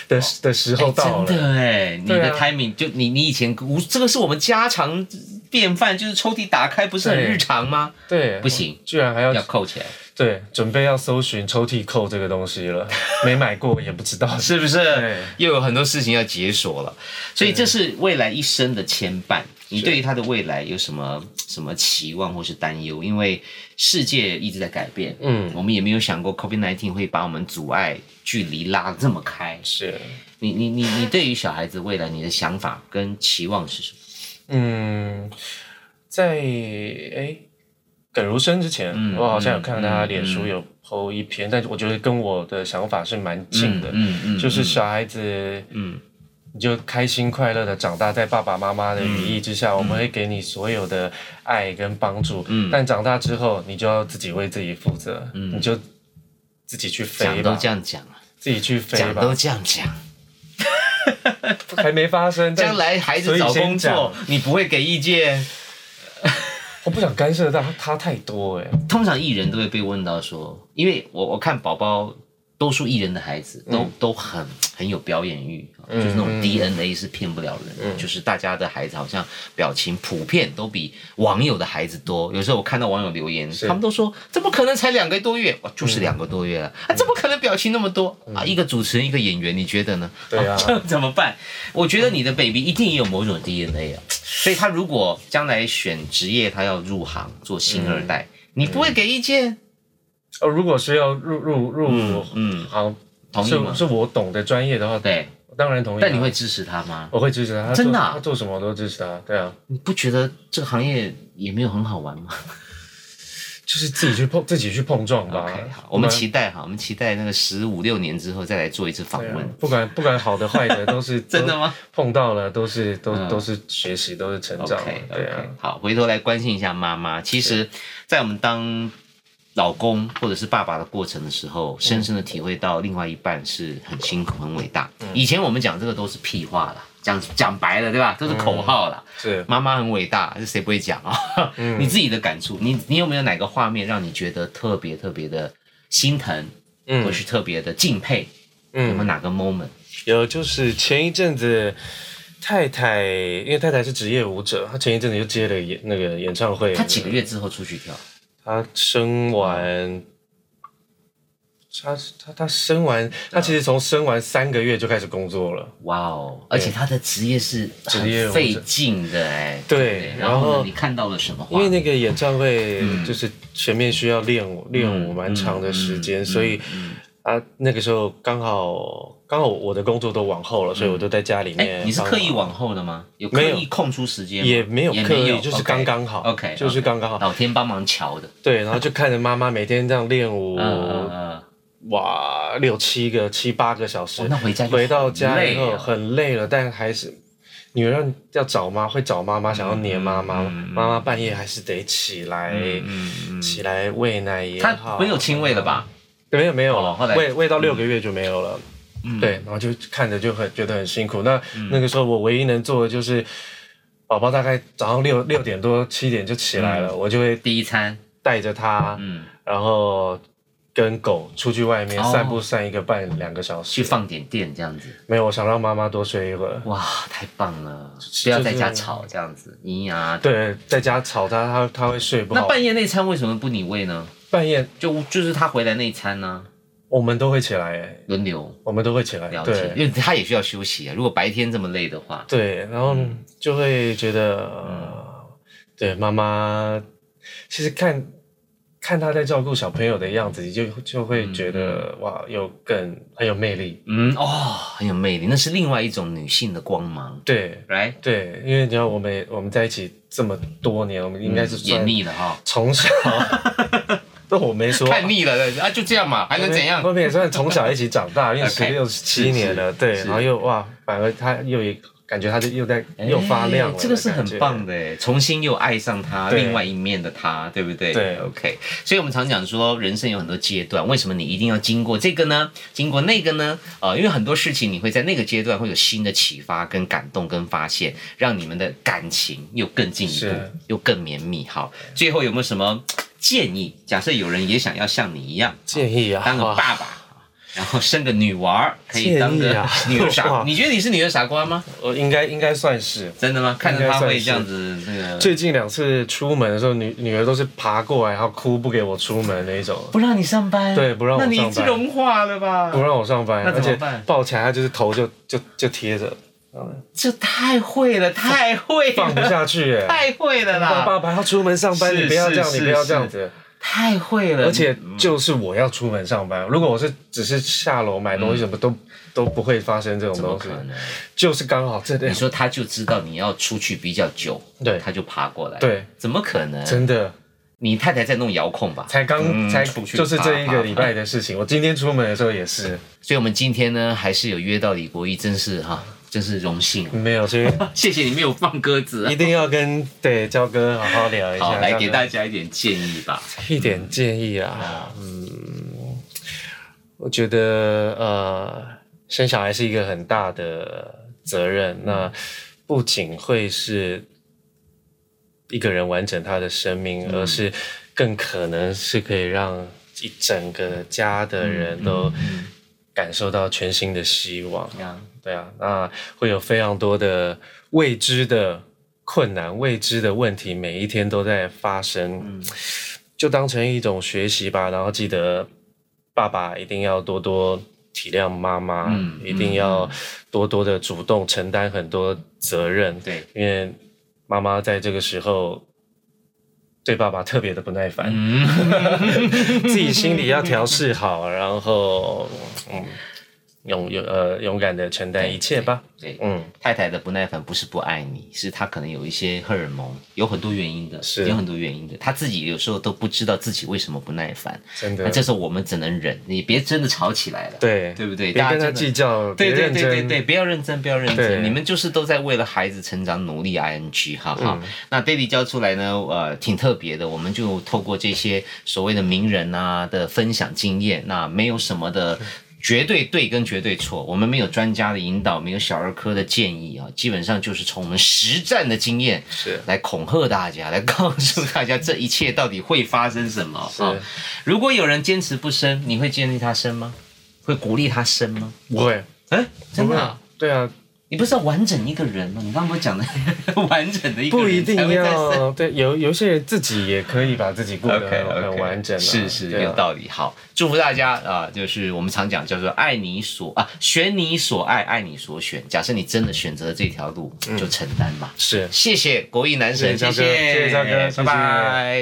Speaker 2: 的的时候到
Speaker 1: 哎真
Speaker 2: 了，
Speaker 1: 的哎，你
Speaker 2: 对
Speaker 1: 的
Speaker 2: 啊
Speaker 1: timing 就你你以前无这个是我们家常便饭，就是抽屉打开不是很
Speaker 2: 对
Speaker 1: 日常吗？
Speaker 2: 对，
Speaker 1: 不行，
Speaker 2: 居然还要
Speaker 1: 要扣起来，
Speaker 2: 对准备要搜寻抽屉扣这个东西 了，没买过也不知道，
Speaker 1: 是不
Speaker 2: 对
Speaker 1: 是？又有很多事情要解锁了，所以这是未来一生的牵绊。你对于他的未来有什么什么期望或是担忧？因为世界一直在改变，
Speaker 2: 嗯
Speaker 1: 我们也没有想过 COVID 1 9会把我们阻碍距离拉得这么开。
Speaker 2: 是。
Speaker 1: 你你你你对于小孩子未来你的想法跟期望是什么？
Speaker 2: 嗯，在哎耿如生之前，
Speaker 1: 嗯
Speaker 2: 我好像有看到他
Speaker 1: 嗯嗯
Speaker 2: 脸书有 PO 一篇，但是我觉得跟我的想法是蛮近的，
Speaker 1: 嗯嗯
Speaker 2: 就是小孩子，
Speaker 1: 嗯
Speaker 2: 你就开心快乐的长大，在爸爸妈妈的羽翼
Speaker 1: 嗯
Speaker 2: 之下，我们会给你所有的爱跟帮助，
Speaker 1: 嗯
Speaker 2: 但长大之后，你就要自己为自己负责，你就自己去飞
Speaker 1: 讲都
Speaker 2: 吧，
Speaker 1: 这样讲啊，
Speaker 2: 自己去飞
Speaker 1: 讲都
Speaker 2: 吧，
Speaker 1: 这样讲，
Speaker 2: 还没发生，但
Speaker 1: 将来孩
Speaker 2: 所
Speaker 1: 子
Speaker 2: 以
Speaker 1: 找
Speaker 2: 先
Speaker 1: 工
Speaker 2: 讲
Speaker 1: 作，你不会给意见。
Speaker 2: 我不想干涉到他他太 多哎、
Speaker 1: 通常艺人都会被问到说，因为我我看宝宝，多数艺人的孩子都、都很很有表演欲，就是那种 DNA 是骗不了人的，就是大家的孩子好像表情普遍都比网友的孩子多。有时候我看到网友留言，他们都说怎么可能才两个多月？哇，就是两个多月了，啊，怎么可能表情那么多、啊？一个主持人，一个演员，你觉得呢？
Speaker 2: 对啊
Speaker 1: 这怎么办？我觉得你的 baby 一定也有某种 DNA 啊，所以他如果将来选职业，他要入行做星二代，
Speaker 2: 嗯
Speaker 1: 你不会给意见，
Speaker 2: 哦，如果是要入入入
Speaker 1: 嗯
Speaker 2: 行，
Speaker 1: 同意吗
Speaker 2: 是是我懂的专业的话，
Speaker 1: 对，
Speaker 2: 当然同意啊。
Speaker 1: 但你会支持他吗？
Speaker 2: 我会支持他，他
Speaker 1: 真的
Speaker 2: 做
Speaker 1: 啊
Speaker 2: 他做什么我都支持他。对啊，
Speaker 1: 你不觉得这个行业也没有很好玩吗
Speaker 2: 就是自己去碰，自己去碰撞吧。
Speaker 1: ？OK，好，我们
Speaker 2: 不然
Speaker 1: 期待哈，我们期待那个十五六年之后再来做一次访
Speaker 2: 对啊
Speaker 1: 问。
Speaker 2: 不管不管好的坏的 都是
Speaker 1: 真的吗？
Speaker 2: 都碰到了都是都
Speaker 1: 嗯
Speaker 2: 都是学习，都是成长
Speaker 1: OK，OK，。
Speaker 2: 对啊，
Speaker 1: 好，回头来关心一下妈妈。其实，在我们当老公或者是爸爸的过程的时
Speaker 2: 嗯
Speaker 1: 候，深深的体会到另外一半是很辛苦、很伟大。
Speaker 2: 嗯
Speaker 1: 以前我们讲这个都是屁话啦，讲讲白了，对
Speaker 2: 嗯
Speaker 1: 吧？都是口号啦。
Speaker 2: 是
Speaker 1: 妈妈很伟大，这谁不会讲啊？
Speaker 2: 嗯
Speaker 1: 你自己的感触，你你有没有哪个画面让你觉得特别特别的心疼，或
Speaker 2: 嗯
Speaker 1: 是特别的敬佩？有没有
Speaker 2: 嗯，
Speaker 1: 哪个 moment？
Speaker 2: 有就是前一阵子。太太，因为太太是职业舞者，她前一阵子就接了演那个演唱会。
Speaker 1: 他几个月之后出去跳，
Speaker 2: 她生完，她她她生完，她其实从生完三个月就开始工作了。
Speaker 1: 哇哦！而且他的职业是
Speaker 2: 职业
Speaker 1: 很费劲的哎。
Speaker 2: 对，
Speaker 1: 然
Speaker 2: 然
Speaker 1: 后呢？
Speaker 2: 后
Speaker 1: 你看到了嗯什么
Speaker 2: 因
Speaker 1: 画
Speaker 2: 为
Speaker 1: 面？
Speaker 2: 那个演唱会就是前面需要练舞，练舞蛮长的时
Speaker 1: 嗯
Speaker 2: 间，所以啊那个时候刚好刚好我的工作都往后了，所以我都在家里
Speaker 1: 哎，
Speaker 2: 面。
Speaker 1: 你是刻意？往后的吗？有刻
Speaker 2: 没有
Speaker 1: 意空出时间吗？
Speaker 2: 也没有
Speaker 1: 也
Speaker 2: 刻
Speaker 1: 没有
Speaker 2: 意，就是刚刚好
Speaker 1: OK，
Speaker 2: 就是刚刚好。
Speaker 1: 老天帮忙瞧的。
Speaker 2: 对，然后就看着妈妈每天这样练舞，
Speaker 1: 嗯嗯
Speaker 2: 哇，六七个、七八个小时
Speaker 1: 哦，那回家就
Speaker 2: 回到家以
Speaker 1: 很累
Speaker 2: 后
Speaker 1: 啊
Speaker 2: 很累了，但还是女人要找妈，会找妈
Speaker 1: 嗯
Speaker 2: 妈，想要黏妈妈，妈妈半夜还是得起来，
Speaker 1: 嗯
Speaker 2: 起来喂奶哎也
Speaker 1: 他
Speaker 2: 好，啊
Speaker 1: 没有亲喂了吧？
Speaker 2: 没有没有
Speaker 1: 哦
Speaker 2: 了
Speaker 1: 后来，
Speaker 2: 喂喂到六个月就没有了，
Speaker 1: 嗯
Speaker 2: 对，然后就看着就很觉得很辛苦。那那个时候我唯一能做的就是。宝宝大概早上六六点多七点就起来了，我就会
Speaker 1: 第一餐，
Speaker 2: 带着他，
Speaker 1: 嗯，
Speaker 2: 然后跟狗出去外面
Speaker 1: 哦
Speaker 2: 散步，散一个半两个小时。
Speaker 1: 去放点电这样子。
Speaker 2: 没有，我想让妈妈多睡一会儿。
Speaker 1: 哇，太棒了！不要在家吵这样子，咿呀。
Speaker 2: 对，在家吵她，她她会睡不
Speaker 1: 那
Speaker 2: 好。
Speaker 1: 半夜那餐为什么不你喂呢？
Speaker 2: 半夜
Speaker 1: 就就是他回来那一餐呢，
Speaker 2: 我们都会起来，哎
Speaker 1: 轮流
Speaker 2: 我们都会起来。
Speaker 1: 了解，因
Speaker 2: 对
Speaker 1: 为他也需要休息啊。如果白天这么累的话，
Speaker 2: 对，然后就会觉得，
Speaker 1: 嗯
Speaker 2: 呃对妈妈，其实看看她在照顾小朋友的样子，你就就会觉得哇，有更很有魅力。
Speaker 1: 嗯哦，很有魅力，那是另外一种女性的光芒嗯
Speaker 2: 对
Speaker 1: ，right？
Speaker 2: 对，因为你看我们我们在一起这么多年，我们应该是
Speaker 1: 也
Speaker 2: 算
Speaker 1: 腻了哈，
Speaker 2: 从小， 那我没说，
Speaker 1: 太腻了对啊，就这样嘛，还能怎样
Speaker 2: 后？ 面也算从小一起长大，因为
Speaker 1: OK，
Speaker 2: 十六、十七年了，对，
Speaker 1: 是
Speaker 2: 然后又哇，反而他又有一个感觉他就又在又发
Speaker 1: 哎
Speaker 2: 亮了的感觉、
Speaker 1: 这个是很棒的哎，重新又爱上他
Speaker 2: 对
Speaker 1: 另外一面的他，对不对？
Speaker 2: 对
Speaker 1: ，OK。所以我们常讲说，人生有很多阶段，为什么你一定要经过这个呢？经过那个呢？呃，因为很多事情你会在那个阶段会有新的启发、跟感动、跟发现，让你们的感情又更进一步
Speaker 2: 是，
Speaker 1: 又更绵密。好，最后有没有什么建议？假设有人也想要像你一样
Speaker 2: 建议啊，
Speaker 1: 当个
Speaker 2: 哇
Speaker 1: 爸爸。然后生个女娃儿，可以当
Speaker 2: 建议
Speaker 1: 个
Speaker 2: 啊
Speaker 1: 女儿傻瓜。
Speaker 2: 哇
Speaker 1: 你觉得你是女儿傻瓜吗？
Speaker 2: 我应该应该算是。
Speaker 1: 真的吗？看着他会这样子那个，
Speaker 2: 最近两次出门的时候，女女儿都是爬过来，然后哭不给我出门那一种，
Speaker 1: 不让你上班，
Speaker 2: 对不让我
Speaker 1: 那你
Speaker 2: 上
Speaker 1: 是
Speaker 2: 班
Speaker 1: 融化了吧
Speaker 2: 不？让我上班，
Speaker 1: 那
Speaker 2: 而
Speaker 1: 怎么
Speaker 2: 且
Speaker 1: 办
Speaker 2: 抱起来她就是头就就就贴着，
Speaker 1: 这太会了，太会
Speaker 2: 放不
Speaker 1: 了，
Speaker 2: 下去 哎、
Speaker 1: 太会了
Speaker 2: 爸
Speaker 1: 啦，
Speaker 2: 爸爸要出门上班，
Speaker 1: 是
Speaker 2: 你不要这样，
Speaker 1: 是
Speaker 2: 你不要
Speaker 1: 是
Speaker 2: 这样子。
Speaker 1: 太会了，
Speaker 2: 而且就是我要出门上班，如果我是只是下楼买东西，什么都、都不会发生这种
Speaker 1: 嗯怎么
Speaker 2: 东西
Speaker 1: 可。能？
Speaker 2: 就是刚好这
Speaker 1: 你
Speaker 2: 点，
Speaker 1: 说他就知道你要出去比较久，
Speaker 2: 对
Speaker 1: 他就爬过来，
Speaker 2: 对，
Speaker 1: 怎么可能？
Speaker 2: 真的
Speaker 1: 你太太在弄遥控吧？
Speaker 2: 才刚、
Speaker 1: 嗯
Speaker 2: 才
Speaker 1: 出去
Speaker 2: 就是
Speaker 1: 爬
Speaker 2: 这一
Speaker 1: 爬
Speaker 2: 个礼拜的事情。我今天出门的时候也是，
Speaker 1: 所以我们今天呢，还是有约到李国义，真是哈，真是荣幸 哦，
Speaker 2: 没有，所以
Speaker 1: 谢谢你没有放鸽子啊
Speaker 2: 一。定要跟对焦哥好好聊一下。
Speaker 1: 好，来
Speaker 2: 焦
Speaker 1: 给
Speaker 2: 哥
Speaker 1: 大家一点建议吧。
Speaker 2: 一点建议啊，嗯，我觉得呃，生小孩是一个很大的责任，那不仅会是一个人完整他的生命，而是更可能是可以让一整个家的人都感受到全新的希望。
Speaker 1: 呀
Speaker 2: 对啊，那会有非常多的未知的困难、未知的问题，每一天都在发生，
Speaker 1: 嗯
Speaker 2: 就当成一种学习吧。然后记得，爸爸一定要多多体谅妈妈，
Speaker 1: 嗯
Speaker 2: 一定要多多的主动承担很多责任，
Speaker 1: 对，
Speaker 2: 因为妈妈在这个时候对爸爸特别的不耐
Speaker 1: 嗯
Speaker 2: 烦， 自己心里要调试好，然后嗯，勇勇呃勇敢的承担一切吧。
Speaker 1: 对，
Speaker 2: 嗯，
Speaker 1: 太太的不耐烦不是不爱你，是她可能有一些荷尔蒙，有很多原因的，
Speaker 2: 是
Speaker 1: 有很多原因的。她自己有时候都不知道自己为什么不耐烦，
Speaker 2: 真
Speaker 1: 那
Speaker 2: 的，
Speaker 1: 啊这时候我们只能忍，你别真的吵起来了，
Speaker 2: 对
Speaker 1: 对不对？
Speaker 2: 别
Speaker 1: 大家
Speaker 2: 跟他
Speaker 1: 真的
Speaker 2: 计较，别
Speaker 1: 对对
Speaker 2: 认
Speaker 1: 对对
Speaker 2: 真，
Speaker 1: 对，不要认真，不要认真，
Speaker 2: 对
Speaker 1: 你们就是都在为了孩子成长努力，ing 哈哈。
Speaker 2: 嗯
Speaker 1: 那 Daily 教出来呢，呃，挺特别的，我们就透过这些所谓的名人啊的分享经验，那没有什么的。绝对对跟绝对错，我们没有专家的引导，没有小儿科的建议啊，基本上就是从我们实战的经验
Speaker 2: 是
Speaker 1: 来恐吓大家，来告诉大家这一切到底会发生什么啊
Speaker 2: 是。
Speaker 1: 如果有人坚持不生，你会建议他生吗？会鼓励他生吗？
Speaker 2: 不会，
Speaker 1: 哎，真
Speaker 2: 不
Speaker 1: 的
Speaker 2: 会
Speaker 1: 啊、，
Speaker 2: 对啊，
Speaker 1: 你不是要完整一个人吗？你刚刚不是讲的 完整的一个人
Speaker 2: 不一定
Speaker 1: 才会再生
Speaker 2: 要对，有有些人自己也可以把自己过得
Speaker 1: OK，
Speaker 2: 很很完整啊，
Speaker 1: 是是
Speaker 2: 对啊
Speaker 1: 有道理。好，祝福大家啊、就是我们常讲叫做爱你所啊，选你所爱，爱你所选。假设你真的选择了这条路，
Speaker 2: 嗯
Speaker 1: 就承担吧。
Speaker 2: 是。
Speaker 1: 谢谢国艺男神，
Speaker 2: 谢谢
Speaker 1: 谢
Speaker 2: 焦哥谢谢焦哥谢
Speaker 1: 拜
Speaker 2: 谢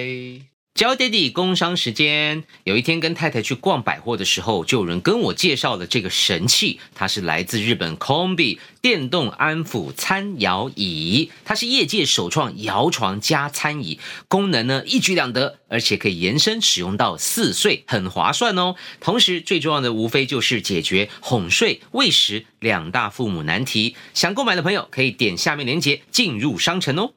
Speaker 1: 拜。焦爹地工商时间，有一天跟太太去逛百货的时候，就有人跟我介绍了这个神器，它是来自日本 Combi 电动安抚餐摇椅，它是业界首创摇床加餐椅，功能呢一举两得，而且可以延伸使用到四岁，很划算哦。同时最重要的无非就是解决哄睡、喂食两大父母难题。想购买的朋友可以点下面链接进入商城哦。